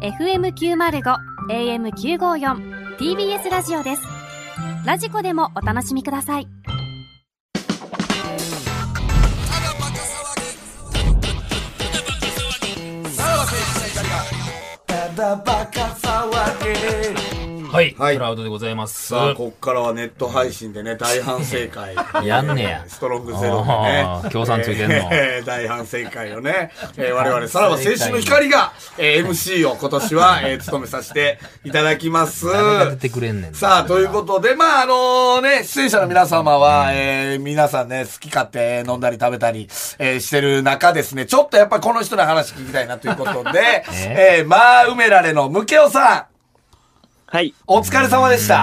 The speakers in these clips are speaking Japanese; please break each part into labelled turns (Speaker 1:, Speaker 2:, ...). Speaker 1: FM905 AM954 TBS ラジオですラジコでもお楽しみください
Speaker 2: はい、
Speaker 3: はい
Speaker 2: クラウドでございます。
Speaker 3: さあ、こっからはネット配信でね、大反省 会。
Speaker 2: やんねや
Speaker 3: ストロングゼロで
Speaker 2: あ
Speaker 3: ね。
Speaker 2: ー協賛ついてんの
Speaker 3: えー大反省会を ね、えー我々、さらば青春の光が、えー MC を今年は、えー務めさせていただき ます。
Speaker 2: 誰が出てくれんねん。
Speaker 3: さあ、ということで、まあ、あのね、出演者の皆様は、えー皆さんね、好き勝手飲んだり食べたり、えーしてる中ですね、ちょっとやっぱりこの人の話聞きたいなという ことで、えー、まあ、梅られのムケオさん、
Speaker 4: はい。
Speaker 3: お疲れ様でした。
Speaker 4: お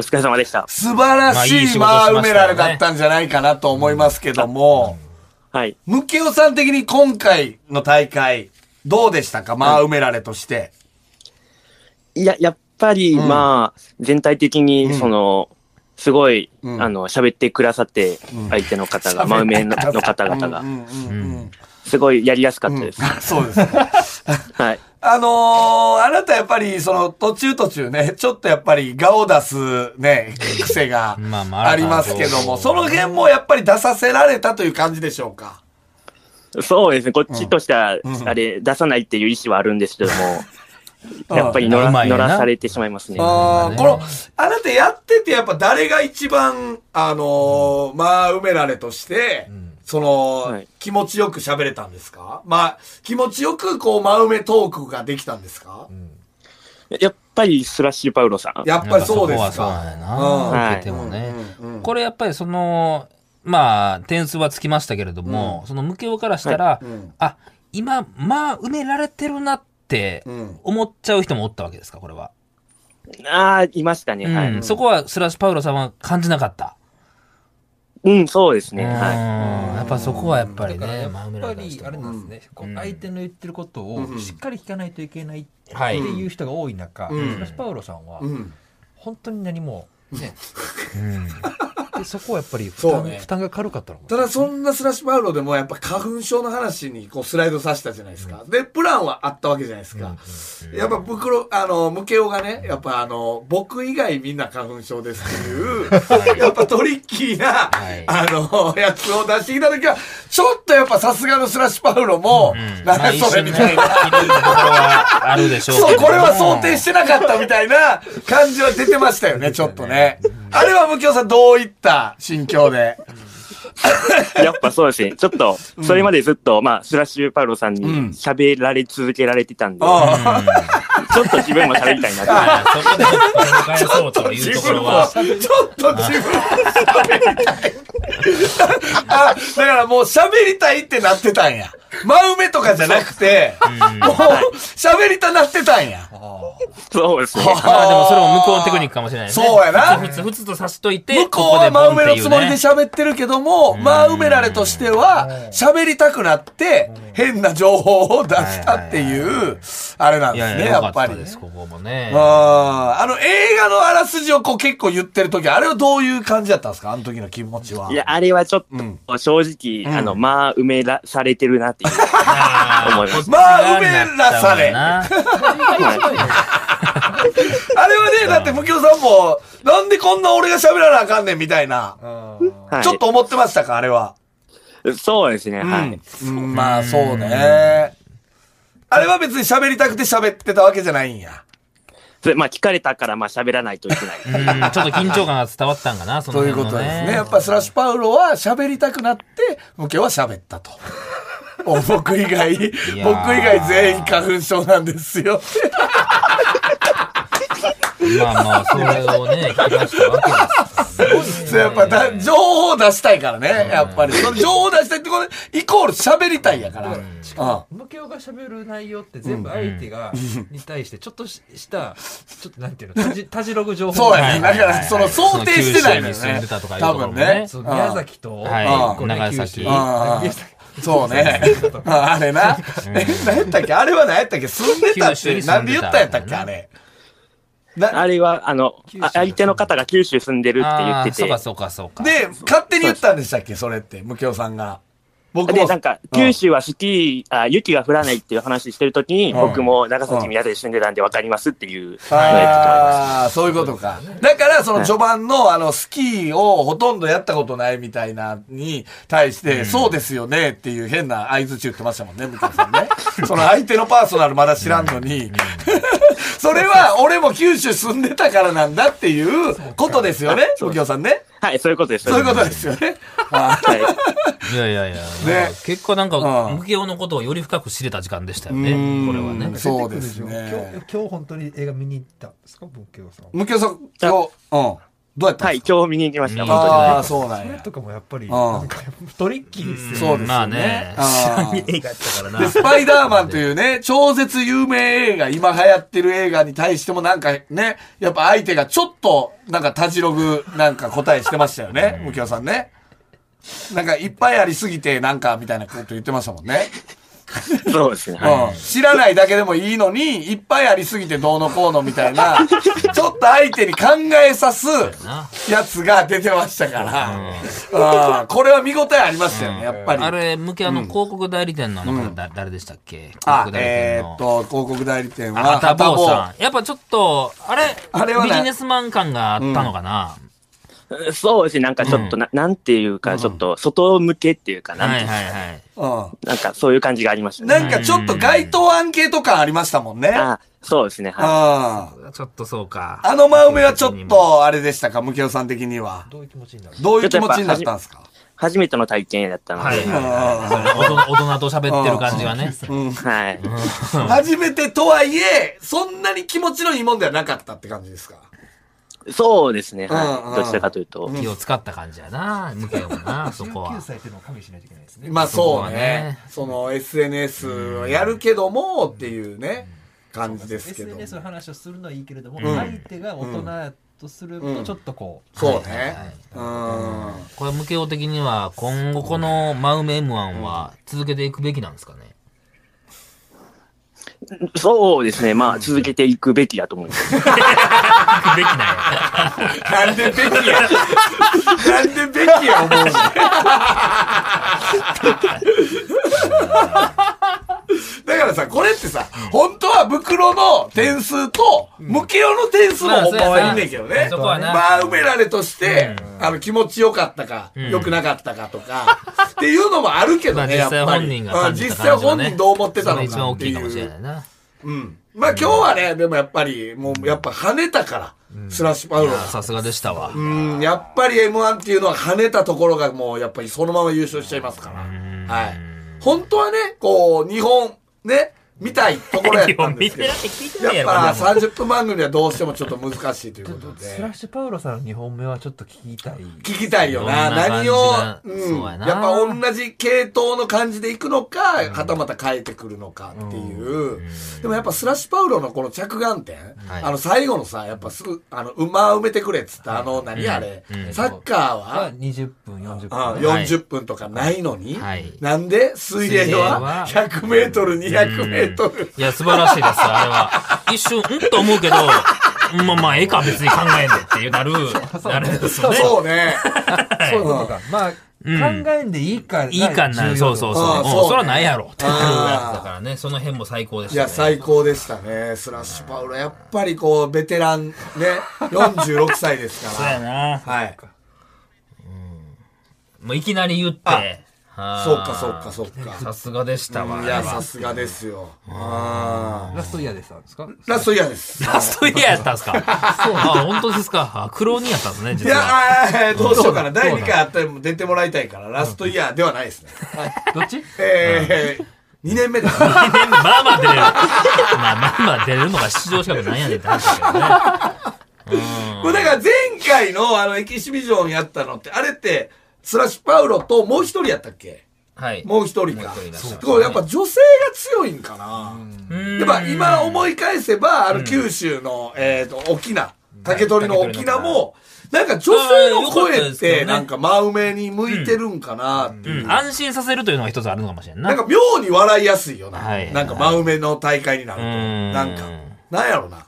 Speaker 4: 疲れ様でした。
Speaker 3: 素晴ら
Speaker 2: まあいい仕
Speaker 3: しい、
Speaker 2: 事
Speaker 3: まあ、
Speaker 2: しま
Speaker 3: 梅
Speaker 2: した
Speaker 3: ら
Speaker 2: よね
Speaker 3: れだったんじゃないかなと思いますけども、
Speaker 4: はい。
Speaker 3: ムケオさん的に今回の大会、どうでしたかまあ、梅られとして。
Speaker 4: いや、やっぱり、
Speaker 3: うん
Speaker 4: まあ、全体的に、その、すごい、
Speaker 3: うん
Speaker 4: あの、喋ってくださって、相手の 方が、真上のの方々が
Speaker 3: う、んうん
Speaker 4: すごいやりやすかっ
Speaker 3: うん
Speaker 4: た
Speaker 3: うん
Speaker 4: です。。
Speaker 3: そうですね。
Speaker 4: はい。
Speaker 3: あのーあなたやっぱり、その、途中途中ね、ちょっとやっぱり、顔を出す ね、癖が
Speaker 2: まあまあ
Speaker 3: ありますけども、
Speaker 2: ある
Speaker 3: その辺もやっぱり出させられたという感じでしょうか。
Speaker 4: そうですね。こっちとしては
Speaker 3: ん、
Speaker 4: あれ、出さないっていう意思はあるんですけども、やっぱり乗
Speaker 2: う
Speaker 4: ら
Speaker 2: んうまいな
Speaker 4: 乗らされてしまいますね。
Speaker 3: あー
Speaker 2: ね
Speaker 3: この、あなたやっててやっぱ誰が一番、あのーまあ、梅られとして、その、
Speaker 4: はい
Speaker 3: 気持ちよく喋れたんですかまあ、気持ちよく、こう、真梅トークができたんですか、
Speaker 4: やっぱり、スラッシュパウロさん。
Speaker 3: やっぱりそうです
Speaker 2: なんそこはそうなんやな。
Speaker 4: うん
Speaker 2: 受けてもね
Speaker 3: うんうんうん。
Speaker 2: これやっぱりその、まあ、点数はつきましたけれども、その無形からしたら
Speaker 3: うん、
Speaker 2: あ、今、まあ、埋められてるなって
Speaker 3: うん
Speaker 2: 思っちゃう人もおったわけですか、これは。
Speaker 4: ああ、いましたね。は
Speaker 2: う
Speaker 4: い
Speaker 2: ん。そこはスラッシュパウロさんは感じなかった。
Speaker 4: うん、そうです
Speaker 2: う
Speaker 4: ね。
Speaker 2: ん
Speaker 4: はい。
Speaker 2: やっぱそこはやっぱり
Speaker 5: だから
Speaker 2: ね、
Speaker 5: やっ
Speaker 2: まあ埋めら
Speaker 5: ぱ
Speaker 2: れたり
Speaker 5: り
Speaker 2: して
Speaker 5: あれ
Speaker 2: も
Speaker 5: なんですね、こう相手の言ってることをしっかり聞かないといけないって
Speaker 2: はい
Speaker 5: いう人が多い中、
Speaker 3: うん
Speaker 5: スラッシュパウロさんは
Speaker 3: うん。
Speaker 5: 本当に何も、ね、
Speaker 2: うん
Speaker 5: でそこはやっぱり負
Speaker 3: そう
Speaker 5: 担,、
Speaker 3: ね
Speaker 5: 負担が軽かったの
Speaker 3: ただそんなスラッシュパウロでもやっぱ花粉症の話にこうスライドさせたじゃないですか。で、プランはあったわけじゃないですか。やっぱ袋、あの、ムケオがね、やっぱあの、僕以外みんな花粉症ですっていう、やっぱトリッキーな、
Speaker 2: はい
Speaker 3: あの、やつを出してきた時は、ちょっとやっぱさすがのスラッシュパウロも、
Speaker 2: ま
Speaker 3: なん
Speaker 2: あ
Speaker 3: だ
Speaker 2: 一
Speaker 3: そ
Speaker 2: 緒
Speaker 3: れ
Speaker 2: に
Speaker 3: み
Speaker 2: ね
Speaker 3: たいな。
Speaker 2: 切るところはあるでしょうけ
Speaker 3: そう、
Speaker 2: れども
Speaker 3: これは想定してなかったみたいな感じは出てましたよね、ちょっとね。あれはムケオさんどういった心境で。
Speaker 4: やっぱそうですね。ちょっと、それまでずっと、まあ、スラッシュパウロさんに
Speaker 3: うん
Speaker 4: 喋られ続けられてたんで、
Speaker 3: うん
Speaker 4: ちょっと自分も喋りたいなって。
Speaker 2: そこで返そうというところは。
Speaker 3: ちょっと自分も喋りたい。あ、だからもう喋りたいってなってたんや。真梅とかじゃなくて、もう喋りたなってたんや。
Speaker 4: そうですね。
Speaker 2: まあでもそれも向こうのテクニックかもしれないね。
Speaker 3: そうやな
Speaker 2: ふつふつふつと差しといて、
Speaker 3: 向こうは真梅のつもりで
Speaker 2: ょ。
Speaker 3: 喋ってるけども、真梅られとしては喋りたくなって、変な情報を出したっていう、あれなん
Speaker 2: い
Speaker 3: です
Speaker 2: やい
Speaker 3: ね、
Speaker 2: や、
Speaker 3: や
Speaker 2: よか
Speaker 3: っぱ
Speaker 2: っ
Speaker 3: り
Speaker 2: た
Speaker 3: ね
Speaker 2: で。す、ここもね。
Speaker 3: あーあの映画のあらすじをこう結構言ってる時、あれはどういう感じだったんですかあの時の気持ちは。
Speaker 4: いや、あれはちょっ
Speaker 3: うん
Speaker 4: と、正直、
Speaker 3: うん
Speaker 4: あの、まあ、埋めらされてるなっていう。
Speaker 2: あ
Speaker 4: 思い
Speaker 2: ー
Speaker 4: ま
Speaker 2: こっ
Speaker 4: す
Speaker 2: ち側になっちゃうんだな
Speaker 3: あれはね、だって、ムキオさんも、なんでこんな俺が喋らなあかんねんみたいな、
Speaker 4: はい
Speaker 3: ちょっと思ってましたか、あれは。
Speaker 4: そうですね、はい。
Speaker 3: うん。うんまあ、そうね。あれは別に喋りたくて喋ってたわけじゃないんや。
Speaker 4: それまあ、聞かれたから、まあ、喋らないといけない。
Speaker 2: うんちょっと緊張感が伝わったんか な、その
Speaker 3: という
Speaker 2: 辺
Speaker 3: こ
Speaker 2: の
Speaker 3: とですね。やっぱスラッシュパウロは喋りたくなって、ムキオは喋ったと。お僕以外、僕以
Speaker 2: やー
Speaker 3: 外全員花粉症なんですよ。
Speaker 2: まあまあ、それをね、聞きましたわけですよ。
Speaker 3: そうやっぱだ、情報を出したいからね、やっぱり。その情報を出したいってこと、イコール喋りたいやから。うん
Speaker 5: 向けが喋る内容って全部相手が、に対してちょっとししたちょっとなんていう のたじたじろぐ情報
Speaker 3: そうや
Speaker 2: は
Speaker 3: ね。
Speaker 2: いは
Speaker 3: だ
Speaker 2: い
Speaker 3: か
Speaker 2: はい
Speaker 3: ら、その想定してないのよ
Speaker 2: その九州に住ん
Speaker 3: ね
Speaker 2: でたとか。いう
Speaker 3: 多
Speaker 2: ところ
Speaker 3: 分
Speaker 2: も
Speaker 3: ね
Speaker 2: ね。
Speaker 5: そう
Speaker 3: ああ
Speaker 5: 宮。崎と、
Speaker 2: はい
Speaker 5: こうね
Speaker 2: 長崎
Speaker 5: 九州
Speaker 3: ああ
Speaker 5: 宮崎
Speaker 3: そう ね。ああれな。え、何やったっけあれは何やったっけ住んでたっ
Speaker 2: 九州
Speaker 3: て、
Speaker 2: に
Speaker 3: な
Speaker 2: 住
Speaker 3: ん
Speaker 2: ん
Speaker 3: で言
Speaker 2: でた
Speaker 3: ったんやったっけあれ。な、
Speaker 4: あれは、あの、あ相手の方が九州住んでるって言っ
Speaker 2: あ
Speaker 4: て
Speaker 2: ーそう
Speaker 4: て
Speaker 2: か、そうかそうか。
Speaker 3: で、勝手に言ったんでしたっけそれって、ムケオさんが。僕
Speaker 4: で、
Speaker 3: も
Speaker 4: なんか、九州はスキー、あ、雪が降らないっていう話してるときに、
Speaker 3: うん
Speaker 4: 僕も長崎宮で住んでたんでわかりますっていうのをやってたと思います。
Speaker 3: ああ、そういうことか。だから、その序盤の、あの、スキーをほとんどやったことないみたいなに対して、そうですよねっていう変な合図中言ってましたもんね、向井さん ね。その相手のパーソナルまだ知らんのに、 それは俺も九州住んでたからなんだっていうことですよね、
Speaker 4: そう
Speaker 3: 右京さんね。
Speaker 4: はい、そういうことです。
Speaker 3: そういうことですよね。はい
Speaker 4: はい。
Speaker 2: いやいやいや、
Speaker 3: ね
Speaker 2: 結構なんか
Speaker 3: うん
Speaker 2: 無形のことをより深く知れた時間でしたよ
Speaker 3: うー
Speaker 2: ね
Speaker 3: ん
Speaker 2: これはね
Speaker 3: そうですね
Speaker 5: 出てくるでしょ今日今日本当に映画見に行ったんですか、文京さんは。
Speaker 3: 向京さん、今日、うん。どうやった
Speaker 4: はい、今日見に行きまし
Speaker 2: 当
Speaker 4: た、
Speaker 2: に
Speaker 3: ああ、
Speaker 4: 本
Speaker 3: そうな
Speaker 5: そ
Speaker 3: ん
Speaker 5: れ
Speaker 3: や。
Speaker 5: とかもやっぱり、
Speaker 3: ん
Speaker 5: なんかトリッキーですよ
Speaker 3: そうですよね
Speaker 2: まあね
Speaker 3: あー
Speaker 2: 知らん映画やったからな
Speaker 3: で、スパイダーマンというね、超絶有名映画、今流行ってる映画に対してもなんかね、やっぱ相手がちょっと、なんかたじろぐ、なんか答えしてましたよね、ムキオさんね。なんかいっぱいありすぎて、なんかみたいなこと言ってましたもんね。
Speaker 4: 当に。そうですね。
Speaker 3: う
Speaker 4: はい
Speaker 3: ん。知らないだけでもいいのに、いっぱいありすぎてどうのこうのみたいな、ちょっと相手に考えさす
Speaker 2: な
Speaker 3: やつが出てましたから、うん、これは見応えありましたよね、やっぱり。
Speaker 2: あれ向けあの広告代理店のあの方だ誰でしたっけ広
Speaker 3: あ
Speaker 2: 告、代
Speaker 3: えーっ
Speaker 2: 理店の
Speaker 3: と、広告代理店は、
Speaker 2: あたぼうさ
Speaker 3: ん。
Speaker 2: んやっぱちょっとあれ
Speaker 3: あれはね
Speaker 2: ビジネスマン感があったのかな
Speaker 4: そうですね、なんかちょっとな、なんていうか、ちょっと外向けっていうかな、
Speaker 2: はいはいはい
Speaker 3: うん。
Speaker 4: なんかそういう感じがありましたね。
Speaker 3: なんかちょっと街頭アンケート感ありましたもんね。あ
Speaker 4: あそうですね、は
Speaker 3: あ
Speaker 2: ちょっとそうか
Speaker 3: あの真梅はちょっと、あれでしたか、ムキオさん的には。
Speaker 5: どういう気持ちになる
Speaker 3: どういう気持ちになったんですか
Speaker 4: い。初めての体験だったので、
Speaker 2: は
Speaker 4: はいい。
Speaker 2: はいはいそれ大 人大人と喋ってる感じがね
Speaker 3: 初めてとはいえ、そんなに気持ちのいいもんではなかったって感じですか。
Speaker 4: そうですね、
Speaker 3: うんうん
Speaker 4: はい。どちらかというと。
Speaker 2: 気を使った感じやな向けも なそこは
Speaker 5: 19歳っていうのを加味しないといけないですね。
Speaker 3: まあそう
Speaker 2: そう
Speaker 3: ね
Speaker 2: ね。
Speaker 3: その SNS をやるけども、っていうね、感じですけど。
Speaker 5: SNS の話をするのはいいけれども、
Speaker 3: うん
Speaker 5: 相手が大人やとする
Speaker 3: う
Speaker 5: と
Speaker 3: ん
Speaker 5: ちょっとこう、
Speaker 3: そう
Speaker 2: はいはいは
Speaker 3: ね
Speaker 2: い。
Speaker 3: うん。
Speaker 2: これ、無形的には、今後このマウメ M1 は続けていくべきなんですかね。
Speaker 4: そうですね、まあ続けていくべきだと思います。
Speaker 2: 行くべきなんや。
Speaker 3: なんでべきや。なんでべきや思うねん。だからさ、これってさ、本当は袋の点数と、無形の点数もほんまはいいねんけどね。
Speaker 2: そこはな
Speaker 3: まあ、埋められとして、あの、気持ちよかったか、良くなかったかとか、っていうのもあるけ
Speaker 2: ま
Speaker 3: ど
Speaker 2: あ、
Speaker 3: ね、
Speaker 2: 実
Speaker 3: やっ
Speaker 2: 際
Speaker 3: ぱ
Speaker 2: 本人
Speaker 3: り。
Speaker 2: が
Speaker 3: うん
Speaker 2: 感じ
Speaker 3: 実
Speaker 2: た
Speaker 3: 際
Speaker 2: 感じは
Speaker 3: 本
Speaker 2: ね。
Speaker 3: 人どう思ってたの
Speaker 2: そ
Speaker 3: か
Speaker 2: れ一番
Speaker 3: っ
Speaker 2: 大
Speaker 3: て
Speaker 2: きいかもし
Speaker 3: い
Speaker 2: れ
Speaker 3: う
Speaker 2: な。いな。
Speaker 3: うん。まあ今日はね、でもやっぱり、もうやっぱ跳ねたから、スラッシュパウロ
Speaker 2: いや
Speaker 3: が。
Speaker 2: さすがでしたわ。
Speaker 3: うん、やっぱり M1 っていうのは跳ねたところがもうやっぱりそのまま優勝しちゃいますから。はい。本当はね、こう、日本、ね、見たいところやったんですけど。やっぱ30分番組はどうしてもちょっと難しいということ
Speaker 5: スラッ
Speaker 3: で。
Speaker 5: シュパウロさんの2本目はちょっと聞きたい。
Speaker 3: 聞きたいよな。
Speaker 2: どんな感
Speaker 3: 何
Speaker 2: じ
Speaker 3: を
Speaker 2: な、
Speaker 3: うん。
Speaker 2: そう
Speaker 3: や
Speaker 2: や
Speaker 3: っ
Speaker 2: な
Speaker 3: ぱ同じ系統の感じでいくのか、はたまた変えてくるのかっていう。でもやっぱスラッシュパウロのこの着眼点、
Speaker 2: はい
Speaker 3: あの最後のさ、やっぱすぐ、あの、馬埋めてくれっつった、あの、何あれ、
Speaker 2: うん
Speaker 3: サッカー
Speaker 5: まあ
Speaker 3: は、
Speaker 5: 20分、40
Speaker 3: あ
Speaker 5: 分ね、
Speaker 2: はい
Speaker 3: 40分とかないのに、
Speaker 2: はい
Speaker 3: なんで水泳は
Speaker 2: 水泳
Speaker 3: 100メートル、200メートル。
Speaker 2: いや、素晴らしいです、あれは。一瞬、んと思うけど、まあまあ、ええか、別に考えんでっていうなる、なるんですよね。
Speaker 3: そうね。
Speaker 5: そういうことか。まあ、
Speaker 2: うん
Speaker 5: 考えんでいいか、
Speaker 2: いいかんな、そうそうそう。
Speaker 3: ああ
Speaker 2: うん
Speaker 3: そうね
Speaker 2: そらないやろ。っていう
Speaker 3: ああ
Speaker 2: やつだからね、その辺も最高でし
Speaker 3: い
Speaker 2: たね。
Speaker 3: や、最高でしたね。スラッシュパウロ。やっぱりこう、ベテランね、46歳です
Speaker 2: そうや
Speaker 3: か
Speaker 2: な。
Speaker 3: ら。はい。
Speaker 2: もういきなり言って。はあ
Speaker 3: そうか、そうか、そうか。
Speaker 2: さすがでしたわ。
Speaker 3: いや、さすがですよ。あ
Speaker 5: ラストイヤーでしたんですか
Speaker 3: ーラストイヤーです。
Speaker 2: ラストイヤーやったんすか。あ、本当ですか。あ、苦労人やったんですね、
Speaker 3: い
Speaker 2: 実
Speaker 3: や、
Speaker 2: は。
Speaker 3: あーどうしようかな。
Speaker 5: どうだ
Speaker 3: 第2回あったら出てもらいたいから、ラストイヤーではないですね。はい
Speaker 5: どっち
Speaker 3: え2年目です。
Speaker 2: まあまあ出れる。まあまあまあ出れるのが出場資格なんやねんって話だけどね。
Speaker 3: これだから前回のあのエキシビジョンやったのって、あれって、スラッシュパウロともう一人やったっけ
Speaker 2: はい。
Speaker 3: もう一人か
Speaker 2: もう一人いらっしゃいますね。
Speaker 3: こうやっぱ女性が強いんかな。やっぱ今思い返せば、あの九州の、えっと、沖縄、竹取の沖縄も、なんか女性の声っ
Speaker 2: あーよかったですけど
Speaker 3: て、
Speaker 2: ね
Speaker 3: なんか真梅に向いてるんかなっていう。
Speaker 2: うん、安心させるというのが一つあるのかもしれんな。
Speaker 3: なんか妙に笑いやすいよな。
Speaker 2: はい
Speaker 3: なんか真梅の大会になると。
Speaker 2: うん
Speaker 3: なんか、なんやろな。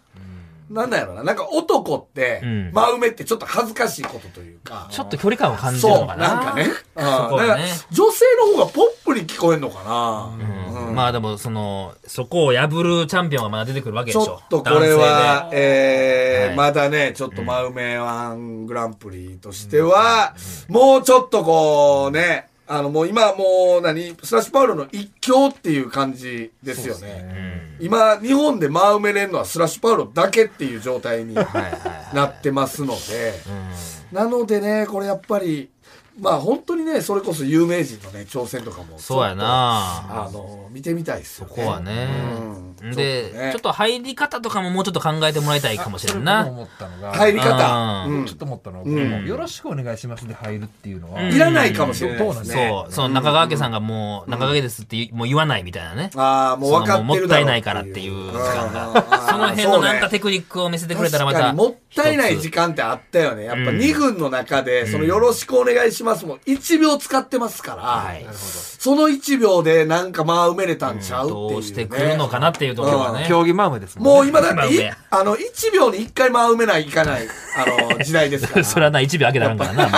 Speaker 3: なんなんやろな。なんか男って、
Speaker 2: うん
Speaker 3: 真埋めってちょっと恥ずかしいことというか。
Speaker 2: ちょっと距離感を感じる
Speaker 3: そう、
Speaker 2: のか
Speaker 3: な
Speaker 2: な。
Speaker 3: んかね。うん
Speaker 2: こはね
Speaker 3: だから女性の方がポップに聞こえんのかな。
Speaker 2: うん
Speaker 3: うん
Speaker 2: まあでも、その、そこを破るチャンピオンがまだ出てくるわけで
Speaker 3: ち
Speaker 2: しょ。
Speaker 3: ょっとこれは、えー
Speaker 2: はい
Speaker 3: まだね、ちょっと真梅ワングランプリとしては、もうちょっとこうね、あのもう今もう何、スラッシュパウロの一強っていう感じですよね。
Speaker 2: 男性で。うん
Speaker 3: 今、日本で真埋めれんのはスラッシュパウロだけっていう状態に
Speaker 2: はいはいはい。
Speaker 3: なってますので、
Speaker 2: うん
Speaker 3: なのでね、これやっぱり、まあ本当にね、それこそ有名人のね、挑戦とかも、
Speaker 2: そうや。な
Speaker 3: あの、見てみたいですよ
Speaker 2: そ
Speaker 3: ね。
Speaker 2: こはね
Speaker 3: う。んちょっ
Speaker 2: で
Speaker 3: とね
Speaker 2: ちょっと入り方とかももうちょっと考えてもらいたいかもしれん
Speaker 5: そ
Speaker 2: な。
Speaker 5: 僕も思ったのが、
Speaker 3: 入り方
Speaker 2: う。ん
Speaker 3: うん
Speaker 5: ちょっと思ったのが、
Speaker 3: うん
Speaker 5: もうよろしくお願いしますで入るっていうのは、
Speaker 2: うん
Speaker 3: いらないかもしれないですね。
Speaker 2: そう、そう、中川家さんがもう、中川家ですって言うもう言わないみたいなね。
Speaker 3: ああ、もう分かってるだろう
Speaker 2: そのもったいないからっていう時間
Speaker 3: が
Speaker 2: その辺のなんかテクニックを見せてくれたらまた。
Speaker 3: もったいない
Speaker 2: 一つ
Speaker 3: 時間ってあったよね。やっぱ
Speaker 2: うん
Speaker 3: 2分の中で、そのよろしくお願いしますも1秒使ってますから、
Speaker 2: はい。
Speaker 3: その1秒でなんかまあ埋めれたんちゃうっていう、ね
Speaker 2: どうしてくるのかなっていうところはね。
Speaker 5: 競技マウムですもんね。
Speaker 3: もう今だってい
Speaker 2: まあ埋め、
Speaker 3: あの、1秒に1回まあ埋めない、いかない、あの、時代ですから。
Speaker 2: それはな、1秒開けたらんからな、もう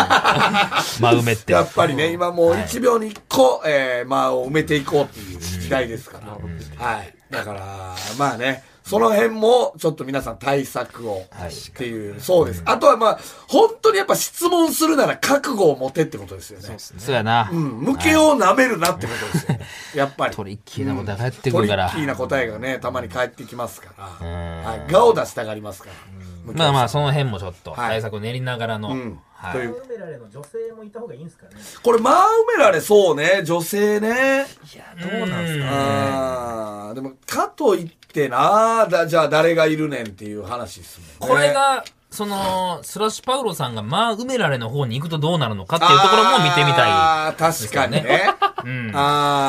Speaker 2: 真埋めって。
Speaker 3: やっぱりね、今もう
Speaker 2: はい
Speaker 3: 1秒に1個、えー、まあ、埋めていこうっていう時代ですから。はい。だから、まあね、その辺も、ちょっと皆さん対策を
Speaker 2: はい
Speaker 3: っていう、そうです。あとはまあ、本当にやっぱ質問するなら覚悟を持てってことですよね。
Speaker 2: そうやな。
Speaker 3: うん、向けを舐めるなってことですよね。 やっぱり。
Speaker 2: トリッキーなことが返ってくるから
Speaker 3: うんトリッキーな答えがね、たまに返ってきますから。
Speaker 2: うん
Speaker 3: はい。顔出したがりますから。向けを
Speaker 2: まあまあ、その辺もちょっと
Speaker 3: はい
Speaker 2: 対策を練りながらの。
Speaker 3: うん
Speaker 2: は
Speaker 3: と
Speaker 2: い
Speaker 3: いう
Speaker 6: ウメラレの女性もいた方がいいんですかね。
Speaker 3: これ、まあ埋められそうね、女性ね。
Speaker 5: どうなんすか
Speaker 3: あーでもかといってなだじゃあ誰がいるねんっていう話ですもんね
Speaker 2: これが、その、スラッシュパウロさんが、まあ、梅められの方に行くとどうなるのかっていうところも見てみたい。
Speaker 3: あー確かにね
Speaker 2: うん。デ
Speaker 3: あーはーは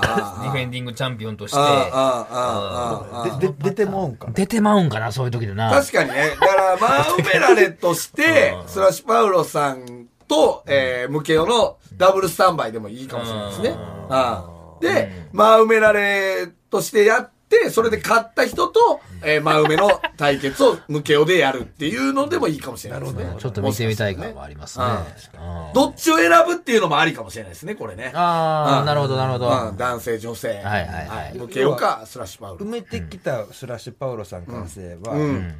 Speaker 3: ーはー
Speaker 2: ィフェンディングチャンピオンとして、
Speaker 3: あーあーあーあー
Speaker 5: でで出てもうんか。
Speaker 2: 出てまうんかな、そういう時でな。
Speaker 3: 確かにねだからまあ埋められとして
Speaker 2: うん
Speaker 3: スラッシュパウロさんと、えー、ムケオのダブルスタンバイでもいいかもしれないですね
Speaker 2: うん
Speaker 3: あーで、まあ埋められとしてやってそれで勝った人と、えー、真埋めの対決をムケオでやるっていうのでもいいかもしれないですね。
Speaker 2: ちょっと見てみたい感はありますね。
Speaker 3: うん
Speaker 2: あ
Speaker 3: どっちを選ぶっていうのもありかもしれないですね、これね。
Speaker 2: あ
Speaker 3: う
Speaker 2: ー、
Speaker 3: ん
Speaker 2: なるほど、なるほど。
Speaker 3: うん男性、女性。
Speaker 2: はいはいはい
Speaker 3: 向けようか、スラッシュパウ
Speaker 5: 埋
Speaker 3: ル。
Speaker 5: めてきたスラッシュパウロさんからすれば、
Speaker 3: うん。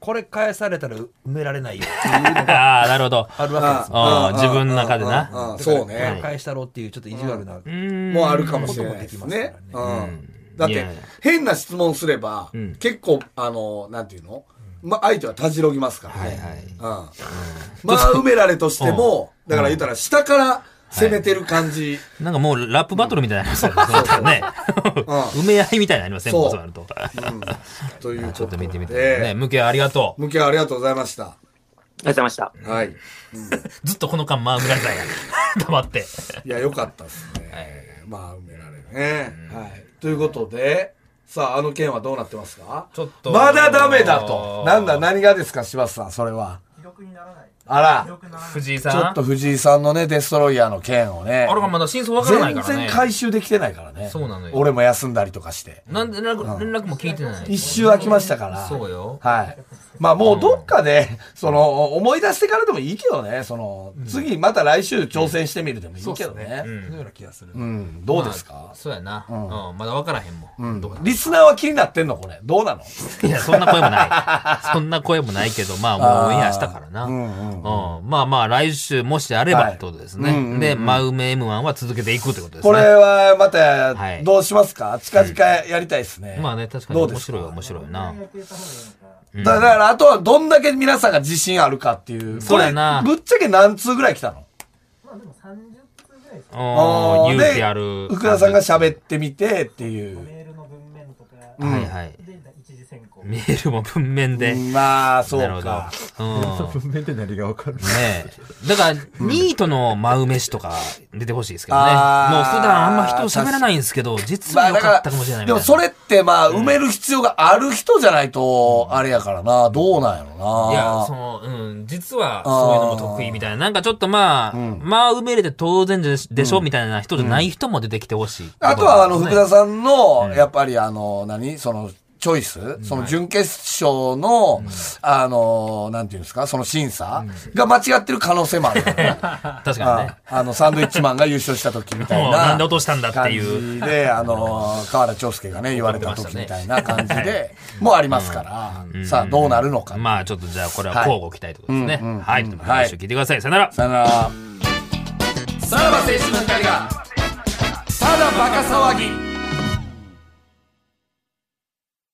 Speaker 5: これ返されたら埋められないよっていうのが
Speaker 2: ああ、なるほど。
Speaker 5: あるわけですよ。
Speaker 2: あー自分の中でな
Speaker 3: うんうんうんそう
Speaker 5: だから
Speaker 3: ね。
Speaker 5: 返したろうっていうちょっと意地悪な。
Speaker 2: も
Speaker 3: もうあるかもしれないですね。
Speaker 5: う
Speaker 3: うん。だっ
Speaker 2: い
Speaker 3: て
Speaker 2: や、
Speaker 3: 変な質問すれば
Speaker 2: うん、
Speaker 3: 結構、あの、なんていうのま、相手はたじろぎますから
Speaker 2: はい
Speaker 3: ね。う
Speaker 2: はい。
Speaker 3: ん。まあ、埋められとしても、だから言ったら、下から攻めてる感じ。
Speaker 2: なんかもうラップバトルみたいになりますよね。そうなったら ね。
Speaker 3: う
Speaker 2: 埋め合いみたいになりません
Speaker 3: そう
Speaker 2: そうなると。
Speaker 3: うん。という
Speaker 2: ちょっと見てみたい。ね、
Speaker 3: で。
Speaker 2: 向けありがとう。
Speaker 3: 向けありがとうございました。
Speaker 4: りがとうございました。
Speaker 3: はい。
Speaker 2: ずっとこの間、まあ、埋められ たんや。黙って。
Speaker 3: いや、良かったですね。まあ、埋められるね、はい。ということで、さあ、あの件はどうなってますか
Speaker 2: ちょっと。
Speaker 3: まだダメだと。なんだ、何がですか、柴田さん、それは。
Speaker 6: 記録にならない。
Speaker 3: あら
Speaker 6: 記、録にならない。
Speaker 2: 藤井さん。
Speaker 3: ちょっと藤井さんのね、デストロイヤーの件をね
Speaker 2: あ、れがまだ真相わからない
Speaker 3: 全
Speaker 2: からね
Speaker 3: 然。回収できてないからね。
Speaker 2: そうなのよ
Speaker 3: 俺も休んだりとかして。
Speaker 2: なんで連絡連絡も聞いてない。
Speaker 3: 一周空きましたから。
Speaker 2: そうよ
Speaker 3: はい。まあもうどっかで、その、思い出してからでもいいけどね、その、次また来週挑戦してみるでもいいけど
Speaker 5: そ
Speaker 3: ね。
Speaker 5: のような気がする。
Speaker 3: うん、どうですか
Speaker 2: そうやな。うん。まだわからへんもん。どうか
Speaker 3: リスナーは気になってんのこれ。どうなの
Speaker 2: いや、そんな声もない。 そんな声もないけど、まあ、もうオンエアしたからな。うんまあまあ、来週、もしあれば
Speaker 3: はい
Speaker 2: ってことですね。で、真埋め M1 は続けていくってことです
Speaker 3: これ
Speaker 2: ね。
Speaker 3: はま
Speaker 2: は
Speaker 3: た、
Speaker 2: い
Speaker 3: どうしますか、近々やりたいですね。
Speaker 2: まあね、確かに
Speaker 3: どうで
Speaker 2: 面
Speaker 3: す
Speaker 2: 白いは面白いな。
Speaker 6: やってた方がいいのか。
Speaker 3: だだから、あとはどんだけ皆さんが自信あるかっていう。
Speaker 2: そうやな
Speaker 3: これぶっちゃけ何通ぐらい来たの
Speaker 6: まあでも30通ぐらいですか。
Speaker 2: お
Speaker 3: あー
Speaker 2: ー
Speaker 3: で
Speaker 2: 勇気ある。
Speaker 3: 福田さんが喋ってみてっていう。
Speaker 6: メールの文面とか、
Speaker 2: うんはいはい。
Speaker 6: で一次選考。
Speaker 2: メールも文面で。
Speaker 3: まあ、そ
Speaker 2: なる
Speaker 3: う
Speaker 2: ほ
Speaker 3: か。
Speaker 2: ど。うん。
Speaker 5: 文面で何がわかる
Speaker 2: ねえ。だから、ニートの真埋めしとか出てほしいですけどね。もう普
Speaker 3: あー
Speaker 2: 段あんま人を喋らないんですけど、実は良かったかもしれな
Speaker 3: で
Speaker 2: いみたい
Speaker 3: も
Speaker 2: な。
Speaker 3: それってまあ、埋める必要がある人じゃないと、あれやからな、どうなんやろな。
Speaker 2: いや、その、うん、実は、そういうのも得意みたいな。なんかちょっとまあ、まあ、埋めれて当然でしでしょ、みたいな人じゃない人も出てきてほしい。
Speaker 3: あとは、あの、
Speaker 2: ね
Speaker 3: 福田さんの、やっぱり、あの、何その、チョイス、その準決勝の、あのー、なんていうんですか、その審査が間違ってる可能性もあるから ね。
Speaker 2: 確かにね
Speaker 3: あ。あの、サンドイッチマンが優勝した時みたい
Speaker 2: もう
Speaker 3: な。
Speaker 2: なんで落としたんだっていう。
Speaker 3: 感じで、あの、河原長介がね、言われた時みたいな感じで、もうありますから、さあ、どうなるのか。
Speaker 2: まあちょっとじゃあこれは交互期待ってことですね。はい。ということでまた来週聞いてください。さよなら。
Speaker 3: さよなら。さらば青春の光が、ただバカ騒ぎ。